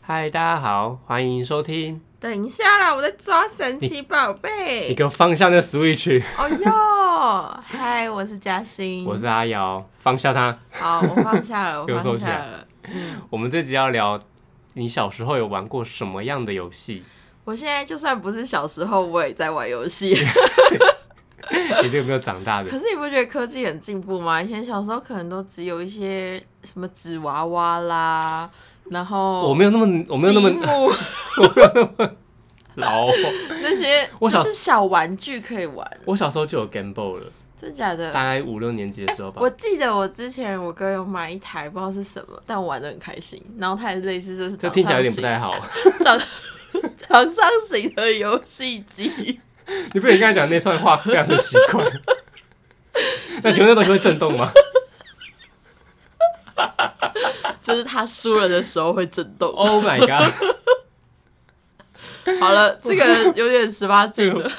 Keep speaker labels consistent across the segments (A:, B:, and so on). A: 嗨，大家好，欢迎收听。
B: 等一下啦，我在抓神奇宝
A: 你
B: 贝。
A: 给我放下那 Switch，
B: 哦哟，嗨，我是嘉欣。
A: 我是阿瑶，放下它。
B: 好，我放下了，我
A: 给我收
B: 放
A: 起
B: 下
A: 来
B: 了。
A: 我们这集要聊你小时候有玩过什么样的游戏？
B: 我现在就算不是小时候，我也在玩游 戏。
A: 你这有没有长大 的？
B: 可是你不觉得科技很进步吗？以前小时候可能都只有一些什么纸娃娃啦，然后
A: 我没有那么，我没有那
B: 积
A: 么
B: 木
A: 老哦。
B: 那些，
A: 我小
B: 就是小玩具可以玩，
A: 我小时候就有 Game Boy 了，
B: 真假的？
A: 大概五六年级的时候吧
B: 呃我。记得我之前我哥有买一台，不知道是什么，但我玩的很开心。然后它也类似就是
A: 这
B: 掌
A: 听起来有点
B: 上
A: 不
B: 型、
A: 太好。
B: 掌掌上型的游戏机，
A: 你不能刚才讲那串话，非常的奇怪。那请问那东西会震动吗？
B: 就是它输了的时候会震动。
A: Oh my god！
B: 好了，这个有点十八禁 了，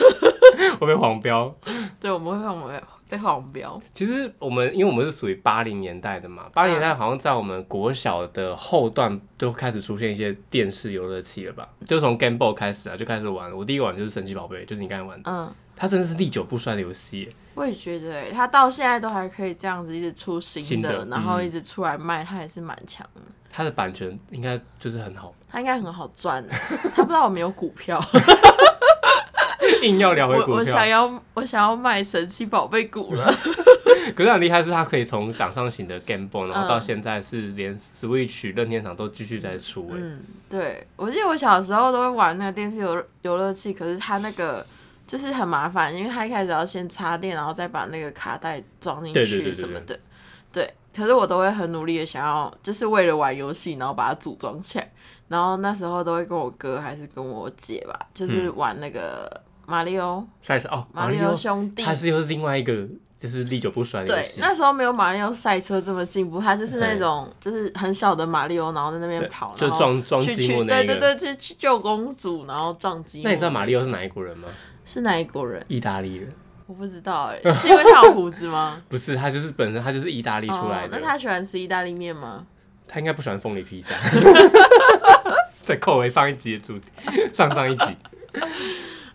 A: 我被黄标。
B: 对，我们会我们被黄标。
A: 其实我们因为我们是属于八零年代的
B: 嗯
A: 嘛，八零年代好像在我们国小的后段就开始出现一些电视游乐器了吧？就从 Game Boy 开始啊，就开始玩了。我第一个玩就是神奇宝贝，就是你刚才玩的，
B: 嗯，
A: 它真的是历久不衰的游戏耶。
B: 我也觉得、欸，它到现在都还可以这样子一直出新的，
A: 新的
B: 然后
A: 嗯
B: 一直出来卖，它也是蛮强的。
A: 它的版权应该就是很好，
B: 它应该很好赚的，它不知道我没有股票。
A: 硬要聊回
B: 我
A: 股
B: 我想
A: 票。
B: 要我想要卖神奇宝贝股了。
A: 可是很厉害是它可以从掌上型的 Game Boy，然后
B: 嗯
A: 到现在是连 Switch、任天堂都继续在出哎。
B: 嗯，对，我记得我小时候都会玩那个电视游游乐器，可是它那个就是很麻烦，因为它一开始要先插电，然后再把那个卡带装进
A: 对对对
B: 去
A: 对
B: 什么的。对，可是我都会很努力的想要，就是为了玩游戏，然后把它组装起来。然后那时候都会跟我哥还是跟我姐吧，就是
A: 嗯
B: 玩那个马里奥、
A: 下一次哦，
B: 马里奥兄弟
A: 它。是又是另外一个就是历久不衰的游
B: 对，
A: 戏。
B: 那时候没有马里奥赛车这么进步，它就是那
A: 对
B: 种就是很小的马里奥，然后在那边
A: 对
B: 跑，
A: 就
B: 然后
A: 撞撞
B: 去
A: 积
B: 去
A: 木那
B: 对
A: 一
B: 对
A: 个。
B: 对，去去救公主，然后撞击。
A: 那你知道马里奥是哪一国人吗？
B: 是哪一国人？
A: 意大利人，
B: 我不知道
A: ？
B: 哎、是因为他有胡子吗
A: 不是他就是本身他就是意大利出来
B: 哦，
A: 的，
B: 那他喜欢吃意大利面吗？
A: 他应该不喜欢凤梨披萨。 再扣回上一集的主题，上上一集，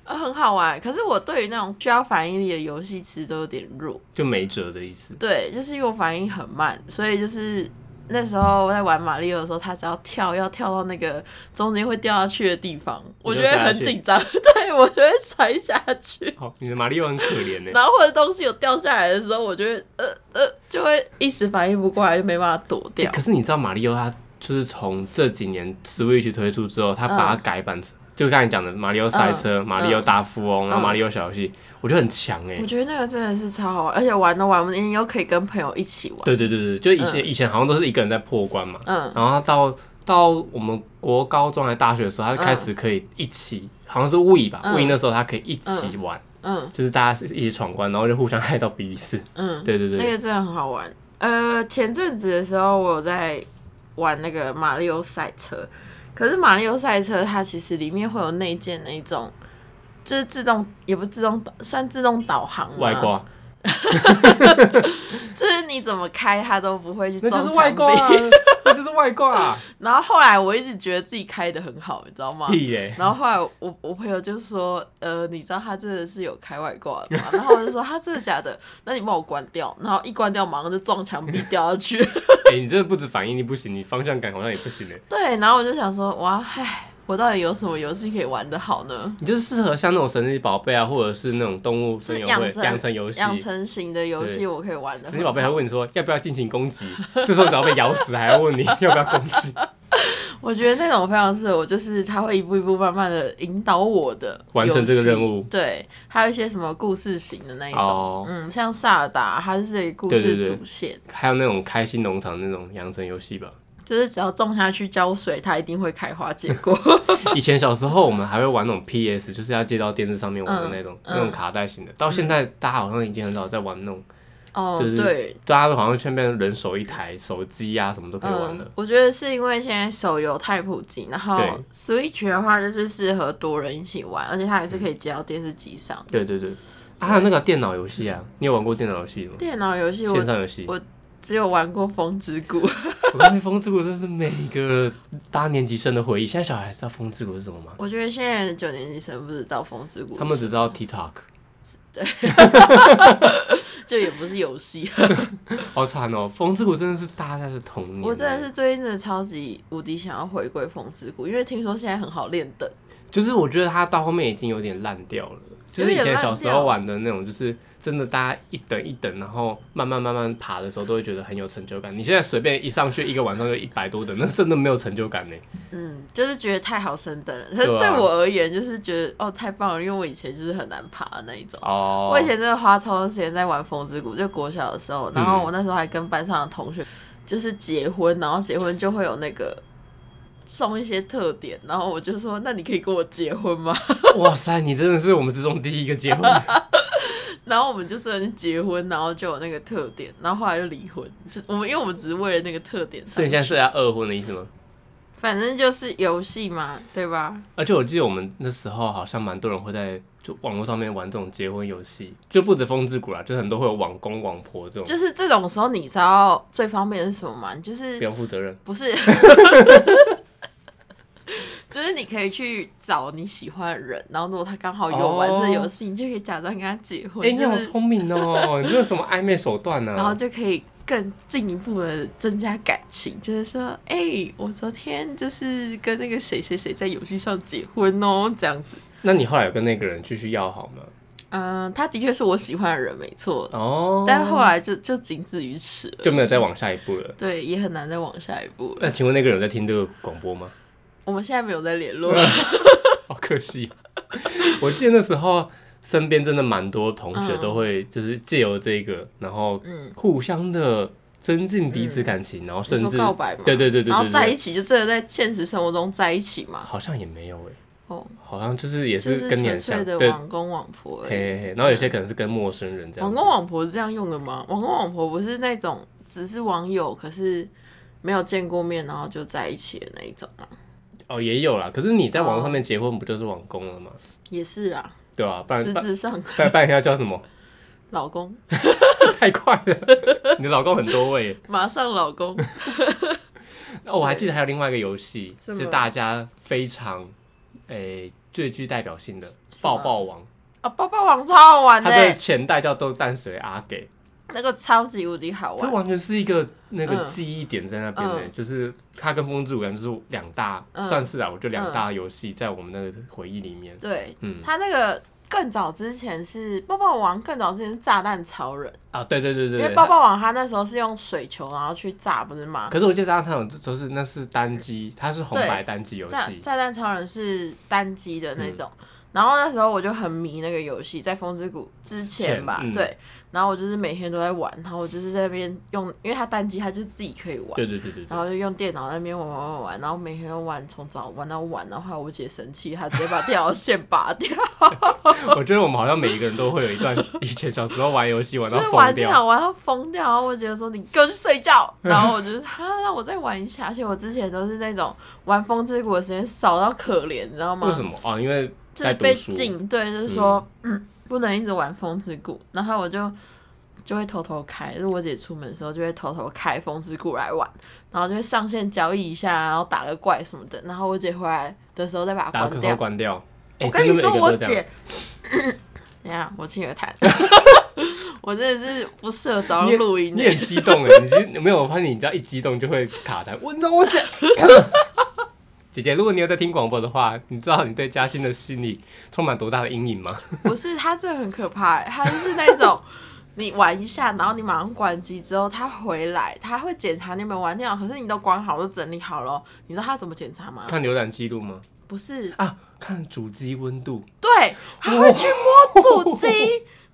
B: 呃，很好玩，可是我对于那种需要反应力的游戏其实都有点弱。
A: 就没辙的意思。
B: 对，就是因为我反应很慢，所以就是那时候我在玩马里奥的时候，他只要跳，要跳到那个中间会掉下去的地方，我
A: 就
B: 觉得
A: 摔下
B: 很
A: 去
B: 紧张， 对我就会摔下去。
A: 好、你的马里奥很可怜欸呢。
B: 然后或者东西有掉下来的时候，我就会呃呃，就会一时反应不过来，就没办法躲掉
A: 欸。可是你知道马里奥他就是从这几年 Switch 推出之后，他把它
B: 嗯
A: 改版成、就刚才讲的马里奥赛车、马里奥大富翁，然后
B: 嗯
A: 马里奥小游戏，我觉得很强哎
B: 我。觉得那个真的是超好玩，而且玩都玩不腻，又可以跟朋友一起玩。
A: 对对对对，就以前、以前好像都是一个人在破关嘛，
B: 嗯，
A: 然后他到到我们国高中还大学的时候，他就开始可以一起，好像是 We 吧、
B: 嗯
A: w e 那时候他可以一起玩，
B: 嗯
A: 就是大家一起闯关，然后就互相害到彼此。
B: 嗯，
A: 对对
B: 那
A: 对，
B: 个真的很好玩。呃，前阵子的时候，我有在玩那个马里奥赛车，可是马里奥赛车它其实里面会有内建那一种，就是自动也不自动导，算自动导航吗
A: 外，挂，
B: 就是你怎么开它都不会去
A: 那
B: 撞
A: 就是外
B: 墙壁。
A: 挂、啊， 那就是外挂、啊，
B: 然后后来我一直觉得自己开的很好，你知道吗？
A: 屁嘞、
B: 然后后来我我朋友就说，呃，你知道他真的是有开外挂的吗？然后我就说他真的假的？那你帮我关掉。然后一关掉，马上就撞墙壁掉下去。
A: 哎、你真的不止反应力不行，你方向感好像也不行嘞、
B: 对，然后我就想说，哇，唉，我到底有什么游戏可以玩的好呢？
A: 你就是适合像那种神奇宝贝啊，或者是那种动物森友会
B: 是养成
A: 养成游戏。
B: 养成型的游
A: 对
B: 戏我可以玩的。
A: 神奇宝贝还问你说要不要进行攻击， 这时候只要被咬死，还要问你 要不要攻击，
B: 我觉得那种非常适合我，就是他会一步一步慢慢的引导我的
A: 完成这个
B: 游戏
A: 任务
B: 对，还有一些什么故事型的那一种，
A: 哦
B: 嗯，像萨尔达，它就是一个故
A: 对对
B: 事
A: 对
B: 主线，
A: 还有那种开心农场那种养成游戏吧。
B: 就是只要种下去浇水，它一定会开花结 果。
A: 以前小时候我们还会玩那种 PS，就是要接到电视上面玩的那种、
B: 嗯嗯
A: 那种卡带型的。到现在大家好像已经很少在玩那种，
B: 哦，
A: 就是
B: 对，
A: 大家都好像全变人手一台手机啊，什么都可以玩了
B: 嗯。，我觉得是因为现在手游太普及，然后
A: 对
B: Switch 的话就是适合多人一起玩，而且它也
A: 嗯
B: 是可以接到电视机上。
A: 对对对，啊还有那个电脑游戏啊，你有玩过电脑游戏吗？
B: 电脑游戏我
A: 线上游戏，
B: 我只有玩过《风之谷》
A: 我告诉你，风之谷真是每个八年级生的回忆。现在小孩知道风之谷是什么吗？
B: 我觉得现在的九年级生不知道《风之谷》，
A: 他们只知道 TikTok，
B: 就也不是游 戏。
A: 好惨哦！风之谷真的是大家的童年。
B: 我真的是最近真的超级无敌想要回归《风之谷》，因为听说现在很好练等。
A: 就是我觉得它到后面已经有点烂掉了，就是以前小时候玩的那种，就是真的大家一等一等，然后慢慢慢慢爬的时候，都会觉得很有成就感。你现在随便一上去一个晚上就一百多等，那真的没有成就感呢。
B: 嗯，就是觉得太好升等了。可是
A: 对啊
B: 对我而言，就是觉得哦太棒了，因为我以前就是很难爬的那一种。
A: 哦，
B: 我以前真的花超多时间在玩《风之谷》，就国小的时候，然后
A: 嗯
B: 我那时候还跟班上的同学就是结婚，然后结婚就会有那个送一些特点，然后我就说，那你可以跟我结婚吗？
A: 哇塞，你真的是我们之中第一个结婚的。
B: 然后我们就真的去结婚，然后就有那个特点，然后后来就离婚，就我们因为我们只是为了那个特点
A: 所
B: 上
A: 以
B: 去，
A: 你现在是要二婚的意思吗？
B: 反正就是游戏嘛，对吧？
A: 而且我记得我们那时候好像蛮多人会在就网络上面玩这种结婚游戏，就不止风之谷啦，就是很多会有网公网婆这种
B: 就是这种时候，你知道最方便是什么吗？你就是
A: 不用负责任。
B: 不是， 就是你可以去找你喜欢的人，然后如果他刚好有玩
A: 哦
B: 这游戏，你就可以假装跟他结婚，
A: 哎、你
B: 就
A: 好
B: 是
A: 聪哦明哦！你这有什么暧昧手段啊呢、
B: 然后就可以更进一步的增加感情，就是说，哎、我昨天就是跟那个谁谁谁在游戏上结婚哦，这样子。
A: 那你后来有跟那个人继续要好吗？
B: 嗯、他的确是我喜欢的人，没错，
A: 哦，
B: 但后来就就仅止于此了。
A: 就没有再往下一步了。
B: 对，也很难再往下一步了。
A: 那请问那个人有在听这个广播吗？
B: 我们现在没有在联 络。
A: 好可惜，我记得那时候身边真的蛮多同学
B: 嗯
A: 都会就是借由这个，然后
B: 嗯
A: 互相的增进彼此感情，然后甚
B: 你
A: 至
B: 说告白嘛，
A: 对对对对对
B: 然后
A: 对
B: 在一起就真的在现实生活中在一起嘛，
A: 好像也没有哎、
B: 哦，
A: 好像就是也
B: 就是是
A: 跟你
B: 纯
A: 很
B: 粹
A: 像，
B: 的
A: 对，
B: 网公网婆而已。
A: 嘿嘿嘿。然后有些可能是跟陌生人这样
B: 网
A: 子，
B: 公网婆是这样用的吗？网公网婆不是那种只是网友，可是没有见过面，然后就在一起的那一哦种吗？
A: 哦也有啦。可是你在网络上面结婚，不就是网公了吗？
B: 也是啦，
A: 对吧、啊？不
B: 实
A: 然
B: 质上
A: 不然不然要叫什么？
B: 老公，
A: 太快了， 你的老公很多位耶。
B: 马上老公，
A: 哦，我还记得还有另外一个游戏
B: 什么
A: 是大家非常诶、最具代表性的
B: 什么
A: 抱抱王，
B: 啊，抱抱网超好玩
A: 它
B: 的、欸
A: 的前代叫都淡水阿给，
B: 那个超级无敌好
A: 这
B: 玩，
A: 完全是一个那个
B: 嗯
A: 记忆点在那边呢、
B: 嗯
A: 就是它跟风之舞感就是两大、
B: 嗯
A: 算是啊，我觉得两大游戏在我们那个回忆里面，
B: 对
A: 嗯
B: 他那个。更早之前是抱抱王，更早之前是炸弹超人，
A: 啊，对对对对
B: 因为
A: 对，
B: 抱抱王他那时候是用水球然后去炸，不是吗？
A: 可是我记得它那种就是那是单机，它是红白单机游
B: 炸
A: 戏，嗯
B: 炸弹超人是单机的那种。然后那时候我就很迷那个游戏，在风之谷之前吧，
A: 之前嗯
B: 对。然后我就是每天都在玩，然后我就是在那边用，因为它单机，它就自己可以玩，
A: 对对对对对，
B: 然后就用电脑在那边玩玩玩玩，然后每天都玩，从早玩到晚。然后后来我姐生气，她直接把电脑线拔掉，
A: 我觉得我们好像每一个人都会有一段 以前小时候玩游戏玩
B: 就
A: 到
B: 是玩
A: 疯
B: 电
A: 掉，
B: 脑玩到疯掉。然后我姐就说：“你给我去 睡觉。”然后我就哈，让我再玩一下。而且我之前都是那种玩风之谷的时间少到可怜，你知道吗？
A: 为什么啊？因为
B: 就是
A: 在
B: 被
A: 读书，嗯
B: 禁，对，就是说、嗯不能一直玩风之谷，然后我就就会偷偷开，就是我姐出门的时候就会偷偷开风之谷来玩，然后就会上线交易一下，然后打个怪什么的，然后我姐回来的时候再把它
A: 打
B: 关
A: 客
B: 掉
A: 户。关掉。哎
B: 我跟你说，我，
A: 真的每个都这样
B: 姐， 等一下我亲耳 谈，我真的是不适合早
A: 你
B: 上
A: 也
B: 录音欸
A: 你
B: 的。
A: 很激动哎，你其实没有，我发现你只要一激动就会卡痰。我那我姐， 姐姐，如果你有在听广播的话，你知道你对嘉欣的心理充满多大的阴影吗？
B: 不是，它真的很可怕欸，它就是那 种你玩一下，然后你马上关机之后，它回来，它会检查你有没有玩电脑，可是你都关好，都整理好了，哦你知道它怎么检查吗？
A: 看浏览记录吗？
B: 不是，
A: 啊，看主机温度。
B: 对，它会去摸主机。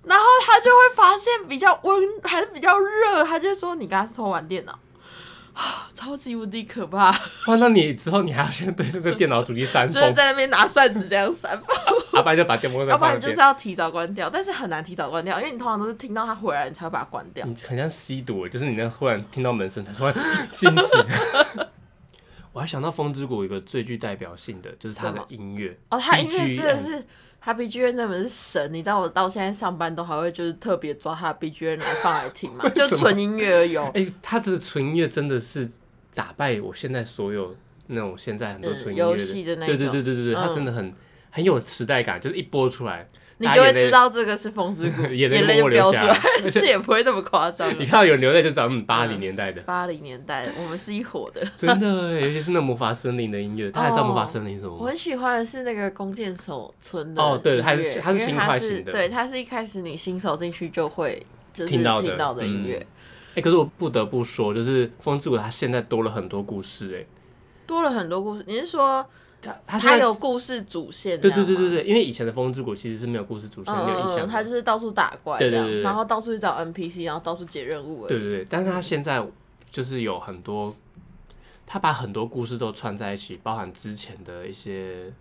B: 然后它就会发现比较温还是比较热，它就说你刚刚是偷玩电脑， 啊超级无敌可怕，
A: 哇，那你之后你还要先对那个电脑主机扇
B: 就是
A: 风，
B: 在那边拿扇子这样扇风，
A: 阿爸就把电风
B: 要
A: 扇
B: 不
A: 放
B: 然
A: 一
B: 就是
A: 边。
B: 要提早关掉，但是很难提早关掉，因为你通常都是听到它回来你才会把它关掉。
A: 嗯 你很像吸毒欸，就是你那忽然听到门声，他说惊醒。 我还想到《风之谷》有一个最具代表性的就是它
B: 什
A: 的
B: 么
A: 音乐
B: 哦，他音乐真的
A: BGM
B: 是他 BGM 真的是神，你知道我到现在上班都还会就是特别抓他 BGM 来放来 听嘛，就纯音乐而已哦。
A: 哎、它的纯音乐真的是打败我现在所有那种现在很多
B: 嗯
A: 纯音乐
B: 游戏的那
A: 对
B: 种
A: 对对对对对，它
B: 嗯
A: 真的很很有时代感，就是一播出来，
B: 你
A: 大
B: 就
A: 家
B: 会
A: 眼泪
B: 知。道这个是风 之谷，
A: 眼
B: 眼
A: 泪
B: 泪
A: 默
B: 就
A: 默流
B: 飙
A: 下
B: 出
A: 来
B: 来，是也不会那么 夸张
A: 你
B: 的。
A: 看到有流泪，就咱们八
B: 嗯
A: 零年代的，
B: 八零年代，我们是一伙的。
A: 真的欸耶，尤其是那魔法森林的音乐，大家知道魔法森林是什么
B: 哦我
A: 吗？
B: 很喜欢的是那个弓箭手村
A: 嗯
B: 的
A: 哦对
B: 音乐
A: 它是它是
B: 因为
A: 轻
B: 它
A: 快
B: 是
A: 型的
B: 对，它是一开始你新手进去就会就是
A: 听到的
B: 听到的音乐，
A: 哎、可是我不得不说，就是《风之谷》它现在多了很多故事，哎，
B: 多了很多故事。你是说
A: 它它现
B: 它
A: 在
B: 有故事主线
A: 对
B: 这样
A: 对
B: 吗？
A: 对对对，因为以前的《风之谷》其实是没有故事主线，没有印
B: 嗯嗯
A: 象
B: 嗯，
A: 的，
B: 他就是到处打怪
A: 对
B: 这
A: 对
B: 样，
A: 对对
B: 然后到处去找 NPC，然后到处解任务而已。
A: 对对对，但是他现在就是有很多，他把很多故事都串在一起，包含之前的一些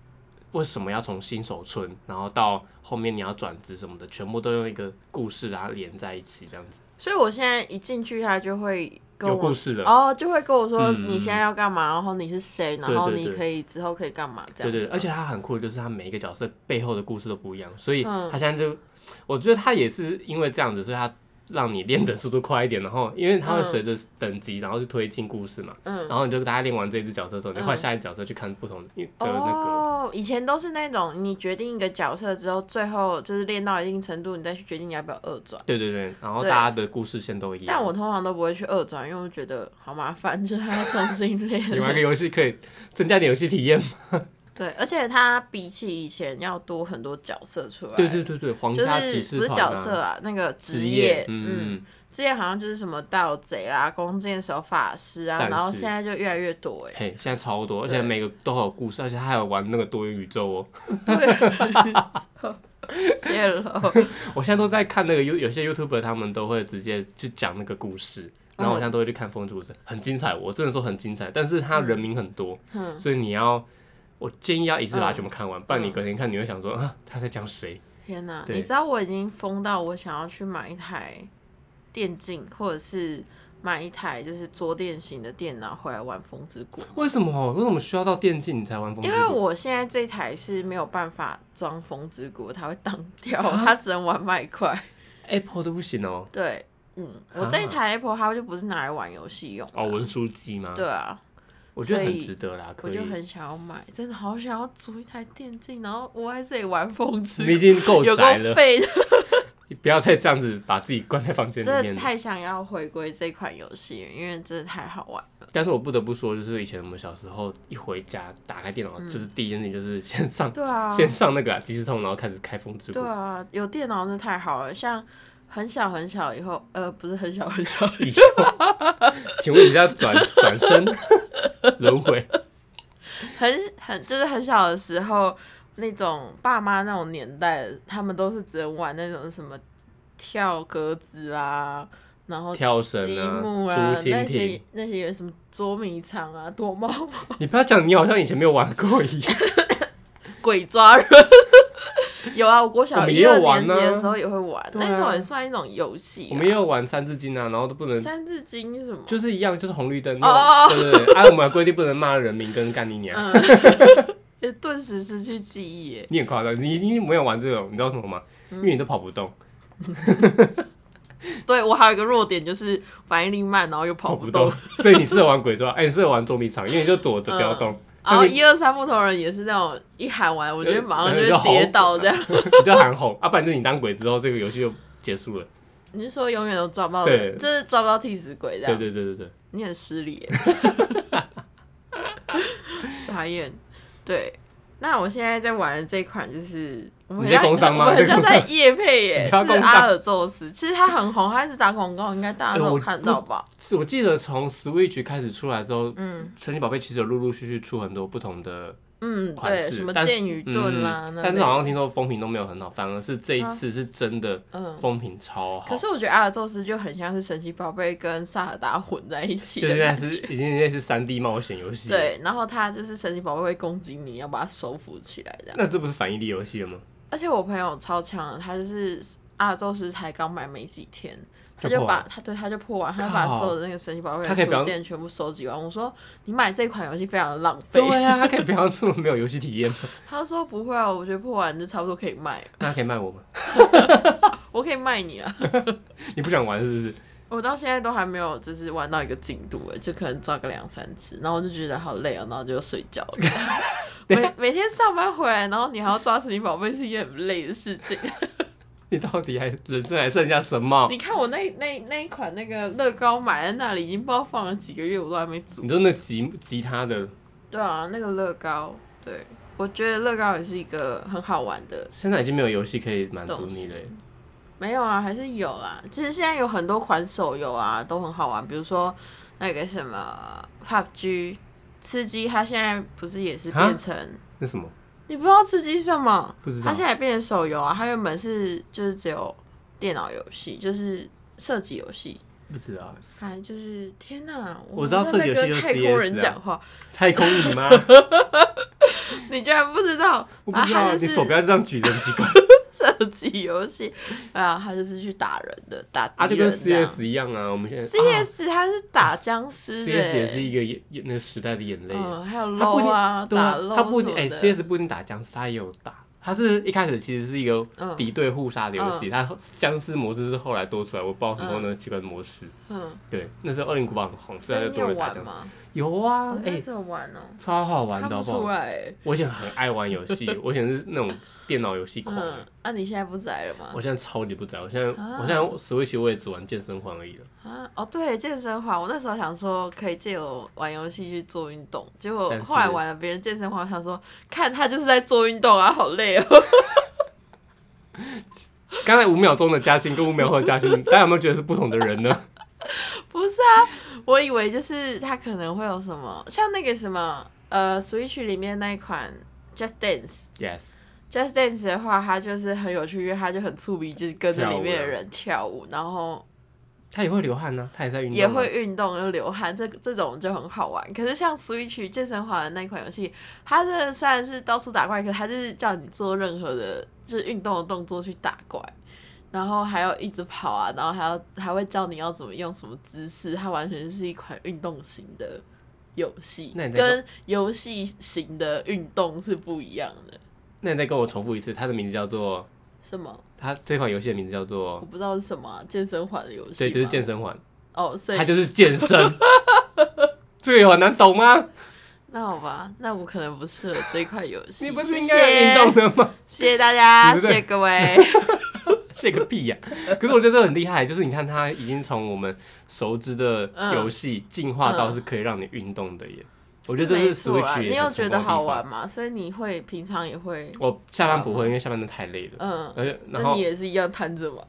A: 为什么要从新手村，然后到后面你要转职什么的，全部都用一个故事然后连在一起，这样子
B: 所以我现在一进去，他就会跟
A: 有故
B: 我。
A: 事了。
B: 哦，就会跟我说
A: 嗯嗯嗯
B: 你现在要干嘛，然后你是谁，然后
A: 对对
B: 你
A: 对
B: 可以之后可以干嘛这
A: 对
B: 样子。哦
A: 对，对而且他很酷的就是他每一个角色背后的故事都不一样，所以
B: 嗯
A: 他现在就，我觉得他也是因为这样子，所以他让你练的速度快一点，然后因为他会
B: 嗯
A: 随着等级，然后去推进故事嘛，
B: 嗯，
A: 然后你就大家练完这一只角色之后，你
B: 嗯
A: 换下一只角色去看不同的呃的那个，
B: 哦，以前都是那种你决定一个角色之后，最后就是练到一定程度，你再去决定你要不要二转。
A: 对对对，然后大
B: 对
A: 家的故事线都一样。
B: 但我通常都不会去二转，因为我觉得好麻烦，就是还要重新
A: 你玩个
B: 练。
A: 游戏可以增加点游戏体验嘛？
B: 对，而且它比起以前要多很多角色出来。
A: 对对对对，皇
B: 就
A: 家骑士
B: 是不是
A: 团啊
B: 角色啊，那个职
A: 职
B: 业，
A: 嗯
B: 嗯，，之前好像就是什么盗贼啊啦、弓箭手、法师啊，
A: 战士
B: 然后现在就越来越多哎、
A: 嘿，现在超多，而且
B: 对
A: 每个都有故事，而且他还有玩那个多元宇宙哦。
B: 哎 对，谢 了，
A: 我现在都在看那个有有些 YouTuber 他们都会直接去讲那个故
B: 嗯
A: 事，然后我现在都会去看风之谷，很精彩，我真的说很精彩，但是他人名很多，
B: 嗯
A: 所以你要。我建议要一次把它
B: 嗯
A: 全部看完，不然你
B: 嗯
A: 隔天看你会想说啊，他在讲谁？
B: 天哪！
A: 对
B: 你知道我已经疯到我想要去买一台电竞，或者是买一台就是桌垫型的电脑回来玩《风之谷》吗，
A: 为什么？为什么需要到电竞你才玩风之
B: 因
A: 谷？
B: 为我现在这台是没有办法装《风之谷》，它会挡掉，
A: 啊
B: 它只能玩麦块。
A: Apple 都不行哦。
B: 对，嗯，我这一台 Apple 它就不是拿来玩游戏用的
A: 啊哦，文书机吗？
B: 对啊，
A: 我觉得
B: 所
A: 很
B: 以
A: 值得啦，可
B: 我
A: 以
B: 就。很想要买，真的好想要组一台电竞，然后我在这里玩风之
A: 你已
B: 谷，
A: 经够
B: 有
A: 宅
B: 够
A: 了，
B: 废的，
A: 你不要再这样子把自己关在房间里
B: 真的
A: 面。
B: 太想要回归这款游戏了，因为真的太好玩。
A: 但是我不得不说，就是以前我们小时候一回家打开电脑，
B: 嗯
A: 就是第一件事情就是先上
B: 对啊，
A: 先上那个啊即时通，然后开始开风之谷
B: 对。啊，有电脑真的太好了，像。很小很小以后，呃，不是很小很小，
A: 以后请问一下，转转 身轮回？
B: 很 很就是很小的时候，那种爸妈那种年代的，他们都是只能玩那种什么跳格子啦，然后
A: 跳
B: 积
A: 绳
B: 木
A: 啊，
B: 啊
A: 竹，蜻
B: 那
A: 蜓
B: 些。那些有什么捉迷藏啊、躲猫 猫
A: 你不要讲，你好像以前没有玩过一 样。
B: 鬼抓人。 有啊，我国小
A: 我们
B: 一
A: 也有
B: 二
A: 玩
B: 年级
A: 啊
B: 的时候也会玩，
A: 对啊
B: 那种也算一种游戏啊。
A: 我们也有玩三字经啊，然后都不能
B: 三字经什么？
A: 就是一样，就是红绿灯。
B: 哦哦哦
A: 对对对，按、啊、我们的规定不能骂人名跟干你娘。
B: 嗯， 也顿时失去记忆耶。
A: 你很夸张，你你没有玩这种，你知道什么吗？
B: 嗯
A: 因为你都跑不动，
B: 对我还有一个弱点就是反应力慢，然后又跑
A: 不
B: 动。，
A: 所以你适合玩鬼抓， 哎、你适合玩捉迷藏，因为你就躲着不要动，
B: 然
A: 但
B: 后
A: 是你
B: 一二三木头人也是那种一喊完，我觉得马上就
A: 就
B: 会
A: 吼
B: 跌倒这样。
A: 你就喊吼，啊，不然就是你当鬼之后，这个游戏就结束
B: 嗯
A: 了。
B: 你是说永远都抓不到人，
A: 对
B: 就是抓不到替死鬼这
A: 对
B: 样？
A: 对对对对，
B: 你很失礼耶， 傻眼。对，那我现在在玩的这款就是我们
A: 你在
B: 很像
A: 工商吗
B: 我们很像
A: 你在
B: 在
A: 工
B: 夜配耶
A: 你，要
B: 是
A: 工商
B: 阿尔宙斯。其实它很红，它一直打广告，应该大家
A: 哎
B: 都有
A: 我
B: 看
A: 不
B: 到吧？
A: 是我记得从 Switch 开始出来之后，
B: 嗯
A: 神奇宝贝其实有陆陆续续出很多不同的
B: 嗯，
A: 款
B: 对，
A: 式，
B: 什么
A: 但是
B: 剑与盾啦，
A: 嗯
B: 那
A: 但是
B: 类
A: 好像听说风评都没有很好，反而是这一次是真的
B: 嗯。
A: 风评超好。
B: 可是我觉得阿尔宙斯就很像是神奇宝贝跟萨尔达混在一起
A: 就
B: 的
A: 是那
B: 感
A: 是
B: 觉，
A: 已经那是三 D 冒险游戏，，
B: 对。然后它就是神奇宝贝会攻击你，要把它收服起来这样。
A: 那这不是反应力游戏了吗？
B: 而且我朋友超强的，他就是阿尔宙斯才刚买没几天，他
A: 就
B: 就
A: 破
B: 把
A: 完
B: 他对他就破完，他就把
A: 靠
B: 所有的那个神奇宝贝
A: 他可以
B: 的
A: 不要
B: 图鉴全部收集完。我说你买这款游戏非常的浪 费，
A: 对啊，他可以不要这么没有游戏体验吗？
B: 他说不会啊，我觉得破完就差不多可以卖了，
A: 那他可以卖我吗？
B: 我可以卖你啊。
A: 你不想玩是不 是？
B: 我到现在都还没有就是玩到一个进度哎，就可能抓个两三次，然后我就觉得好累哦，然后就睡觉了。 每每天上班回来，然后你还要抓神奇宝贝是一件很累的事 情。
A: 你到底还人生还剩下什么？
B: 你看我那那那一款那个乐高买在那里，已经不知道放了几个月，我都还没组
A: 你。说那吉吉他的，
B: 对啊，那个乐高，对我觉得乐高也是一个很好玩的。
A: 现在已经没有游戏可以满足你了耶。
B: 没有啊，还是有啦。其实现在有很多款手游啊，都很好玩，比如说那个什么 PUBG，吃鸡，它现在不是也是
A: 啊
B: 变成。
A: 那什么？
B: 你不知道吃鸡是什么？
A: 不知道
B: 它现在变成手游啊，它原本是就是只有电脑游戏，就是射击游戏。
A: 不知道，
B: 反正就是天哪！
A: 我知道
B: 好像
A: 射击游戏
B: 在
A: 就是
B: 跟太
A: CS
B: 空人
A: 啊
B: 讲话，
A: 太空你妈！
B: 你居然不知道？
A: 我不知道，
B: 啊它就
A: 你
B: 是
A: 手不要这样举着，很奇怪。
B: 射击游戏啊，他就是去打人的，打
A: 啊，
B: 敌
A: 就跟
B: 人这样
A: CS 一样啊，我们现在
B: CS 他是打僵尸的、
A: CS 哦也是
B: 欸，
A: 一个也也那个时代的眼泪啊。
B: 嗯，还有
A: 他不一
B: LO
A: 定
B: 啊，
A: 对啊
B: 打 LO
A: 他不一定哎
B: 什么的
A: ，CS 不一定打僵尸，他也有打。他是一开始其实是一个
B: 嗯
A: 敌对互杀的游戏，他僵尸模式是后来多出来，我不知道什么那个奇怪的模式。
B: 嗯，
A: 对，那时候《恶灵古堡》很红，所
B: 所
A: 以
B: 以
A: 就
B: 你
A: 多
B: 有
A: 人打
B: 玩
A: 僵尸。
B: 吗？
A: 有啊
B: 我，那
A: 哎，
B: 时候玩哦、
A: 超好玩
B: 看
A: 的，
B: 不
A: 好不
B: 出
A: 好？
B: 来、欸，
A: 我以前很爱玩游戏，我以前是那种电脑游戏狂。
B: 嗯，那、你现在不宅了吗？
A: 我现在超级不宅，我现在
B: 啊
A: 我现在 Switch 我也只玩健身环而已了。
B: 啊，哦，对，健身环，我那时候想说可以借由玩游戏去做运动，结果
A: 但是
B: 后来玩了别人健身环，我想说看他就是在做运动啊，好累哦。
A: 刚才五秒钟的嘉欣跟五秒后的嘉欣， 大家有没有觉得是不同的人呢？
B: 不是啊，我以为就是他可能会有什么，像那个什么呃，Switch 里面那一款 Just Dance。
A: Yes，
B: Just Dance 的话，它就是很有趣，因为它就很触鼻，就是跟着里面的人跳舞，然后
A: 他也会流汗呢、他也在运动、啊，
B: 也会运动又流汗，这这种就很好玩。可是像 Switch 健身环的那一款游戏，它这虽然是到处打怪，可它就是叫你做任何的，就是运动的动作去打怪，然后还要一直跑啊，然后还要还会教你要怎么用什么姿势，它完全是一款运动型的游戏
A: 那你，在
B: 跟游戏型的运动是不一样的。
A: 那你再跟我重复一次，它的名字叫做，
B: 什么？
A: 它这款游戏的名字叫
B: 我
A: 做，
B: 不知道是什么啊、健身环的游
A: 对，
B: 戏吗，
A: 就是健身环，
B: 哦，所以
A: 它就是健身。 这个有很难懂吗？
B: 那好吧，那我可能不适合这一款游 戏。
A: 你不是
B: 谢
A: 应该有运
B: 谢
A: 动的吗？
B: 谢谢大家，
A: 你不
B: 谢
A: 是
B: 谢各位。
A: 谢个屁呀、可是我觉得这很厉害，就是你看它已经从我们熟知的
B: 嗯
A: 游戏进化到是可以让你运动的耶。我觉得这
B: 没
A: 是
B: 错啦
A: Switch 也
B: 你有
A: 很成
B: 觉
A: 功的
B: 得
A: 地
B: 好
A: 方
B: 玩？吗？所以你会平常也会，
A: 我下班不会，因为下班真的太累了。
B: 嗯，
A: 而且然
B: 那
A: 后
B: 你也是一样摊着嘛。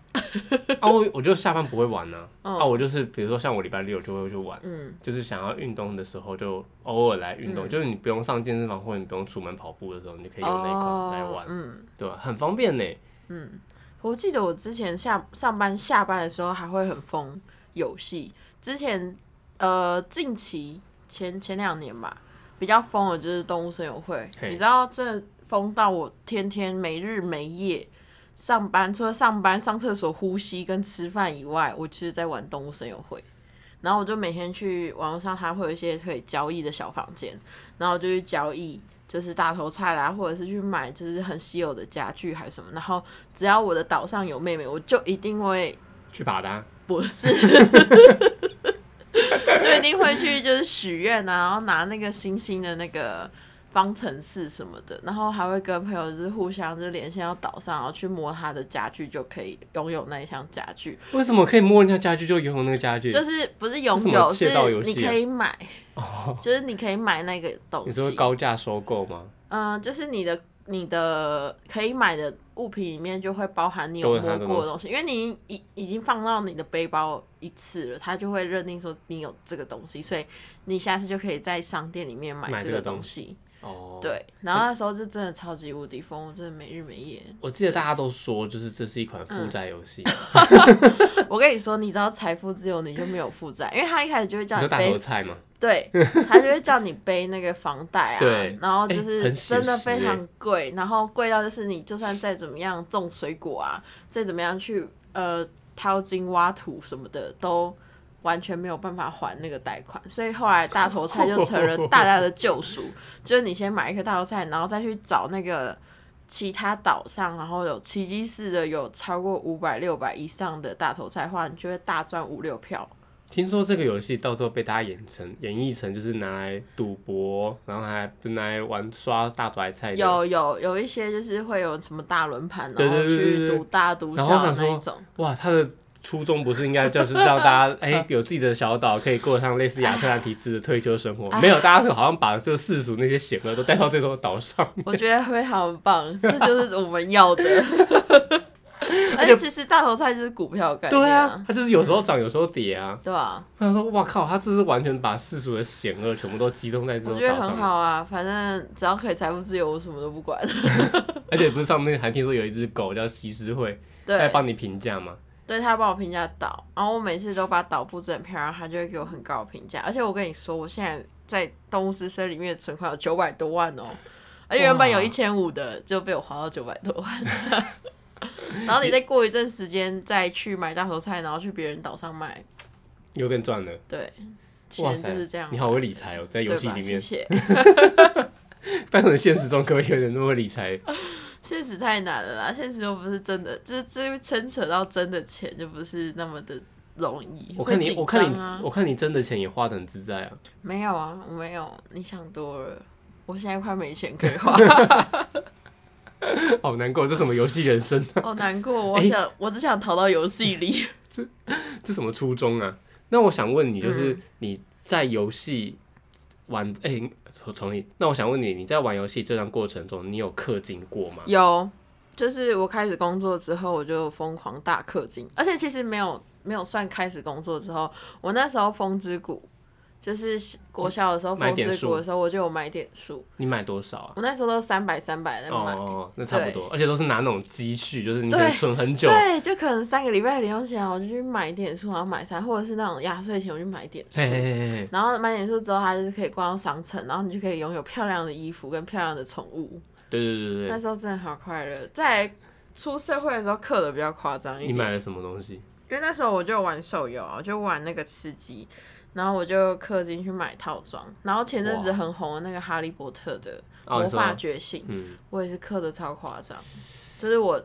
A: 啊，我我就下班不会玩呢、啊。
B: 嗯
A: 我就是比如说像我礼拜六就会去玩。
B: 嗯
A: 就是想要运动的时候，就偶尔来运动，
B: 嗯
A: 就是你不用上健身房或者你不用出门跑步的时候，你就可以用那一款来
B: 哦
A: 玩，，
B: 嗯
A: 对吧？啊很方便呢。
B: 嗯，我记得我之前下上班下班的时候还会很疯游戏，之前呃近期前前两年吧，比较疯的就是动物森友会，
A: 嘿
B: 你知道这疯到我天天没日没夜。上班除了上班、上厕所、呼吸跟吃饭以外，我其实在玩动物森友会。然后我就每天去网络上，它会有一些可以交易的小房间，然后我就去交易，就是大头菜啦，或者是去买就是很稀有的家具还是什么。然后只要我的岛上有妹妹，我就一定会
A: 去啊把它，
B: 不是，就一定会去就是许愿啊，然后拿那个星星的那个方程式什么的，然后还会跟朋友就是互相就连线到岛上，然后去摸他的家具就可以拥有那一项家具，
A: 为什么可以摸人家家具就拥有那个家具？
B: 就是不是拥
A: 这什
B: 有
A: 么
B: 是
A: 窃盗游戏
B: 你
A: 啊
B: 可以买，
A: 哦，
B: 就是你可以买那个东
A: 你说
B: 西。
A: 高价收购吗？
B: 嗯，就是你的你的可以买的物品里面就会包含你有
A: 都
B: 摸
A: 有它的
B: 过的东西，因为你已已已经放到你的背包一次了，它就会认定说你有这个东西，所以你下次就可以在商店里面
A: 买
B: 买
A: 这
B: 个
A: 个东
B: 东西。
A: 哦，，
B: 对，然后那时候就真的超级无敌疯，我真的没日没夜。
A: 我记得大家都说，就是这是一款
B: 嗯
A: 负债游戏，
B: 我跟你说，你知道财富自由你就没有负债，因为他一开始就会叫
A: 你说大
B: 背
A: 头菜吗？
B: 对，他就会叫你背那个房贷啊，
A: 对
B: 然后就
A: 欸
B: 是
A: 很写
B: 真的
A: 实
B: 非
A: 欸
B: 常贵，然后贵到就是你就算再怎么样种水果啊，再怎么样去呃淘金挖土什么的都完全没有办法还那个贷款，所以后来大头菜就成了大家的救赎，就是你先买一颗大头菜，然后再去找那个其他岛上，然后有奇迹式的有超过五百六百以上的大头菜的话，你就会大赚五六票。
A: 听说这个游戏到最后被大家演成演绎成就是拿来赌博，然后还不拿来玩刷大白菜的。
B: 有有有一些就是会有什么大轮盘，
A: 对
B: 然后
A: 对对
B: 去
A: 对对
B: 赌大赌
A: 然后我
B: 小的
A: 想
B: 那一
A: 说
B: 种。
A: 哇，他的初衷不是应该就是让大家哎、 有自己的小岛，可以过上类似亚特兰提斯的退休生
B: 哎
A: 活？没有，大家好像把就世俗那些险恶都带到这座岛 上。
B: 我觉得非常棒，这就是我们 要的。而且其实大头菜就是股票的概念、
A: 对啊，，他就是有时候涨，有时候跌啊。
B: 对啊，
A: 我想说，哇靠，他这是完全把世俗的险恶全部都集中在这
B: 我
A: 座
B: 觉得
A: 岛
B: 很
A: 上，
B: 好啊，反正只要可以财富自由，我什么都不管。
A: 而且不是上面还听说有一只狗叫西施惠，在
B: 对，
A: 帮你评价吗？
B: 对他帮我评价岛，然后我每次都把岛布置得很漂亮，他就会给我很高的评价。而且我跟你说，我现在在动物之森里面的存款有九百多万哦，而且原本有
A: 哇
B: 一千五的，就被我花到九百多 万。然后你再过一阵时间再去买大头菜，然后去别人岛上卖，
A: 有更赚了。
B: 对，
A: 哇
B: 钱
A: 塞，
B: 就是这样啊
A: 你，好会理财哦，在游
B: 对
A: 戏
B: 吧？
A: 里
B: 谢
A: 面，
B: 谢。
A: 但是现实中可不可以有点那么理 财？
B: 现实太难了啦，现实又不是真的，这这牵扯到真的钱，就不是那么的容易。
A: 我看
B: 会
A: 你，
B: 紧
A: 我看
B: 张啊
A: 你，我看你真的钱也花的很自在啊。
B: 没有啊，我没有，你想多了。我现在快没钱可以 花，
A: 好难过，这什么游戏人生？
B: 好难过。我
A: 哎
B: 想，我只想逃到游戏里。
A: 这什么初衷啊？那我想问你，就是、
B: 嗯
A: 你在游戏玩，哎、重重新，那我想问你，你在玩游戏这段过程中，你有氪金过吗？
B: 有，就是我开始工作之后，我就疯狂大氪金，而且其实没有没有算开始工作之后，我那时候风之谷，就是国小的时候
A: 买
B: 风
A: 点
B: 之
A: 数
B: 谷的时候，我就有买点数，
A: 你买多少啊？
B: 我那时候都三百三百在买。
A: 哦，那差不多，而且都是拿那种积蓄，就是你可
B: 对
A: 能存很久。
B: 对，就可能三个礼拜的零用钱，我就去买点数，然后买三，或者是那种压岁钱，我就买点数
A: 嘿。嘿嘿嘿，
B: 然后买点数之后，它就是可以逛到商城，然后你就可以拥有漂亮的衣服跟漂亮的宠物。
A: 对对对对
B: 那时候真的好快乐。在出社会的时候，氪的比较夸张
A: 对，
B: 一
A: 你
B: 点，
A: 买了什么东西？
B: 因为那时候我就玩手游啊，我就玩那个吃鸡，然后我就氪金去买套装。然后前阵子
A: 哇
B: 很红的那个《哈利波特》的
A: 哦，
B: 魔
A: 你
B: 法
A: 说，
B: 觉醒，
A: 嗯，
B: 我也是刻的超夸张，就是我，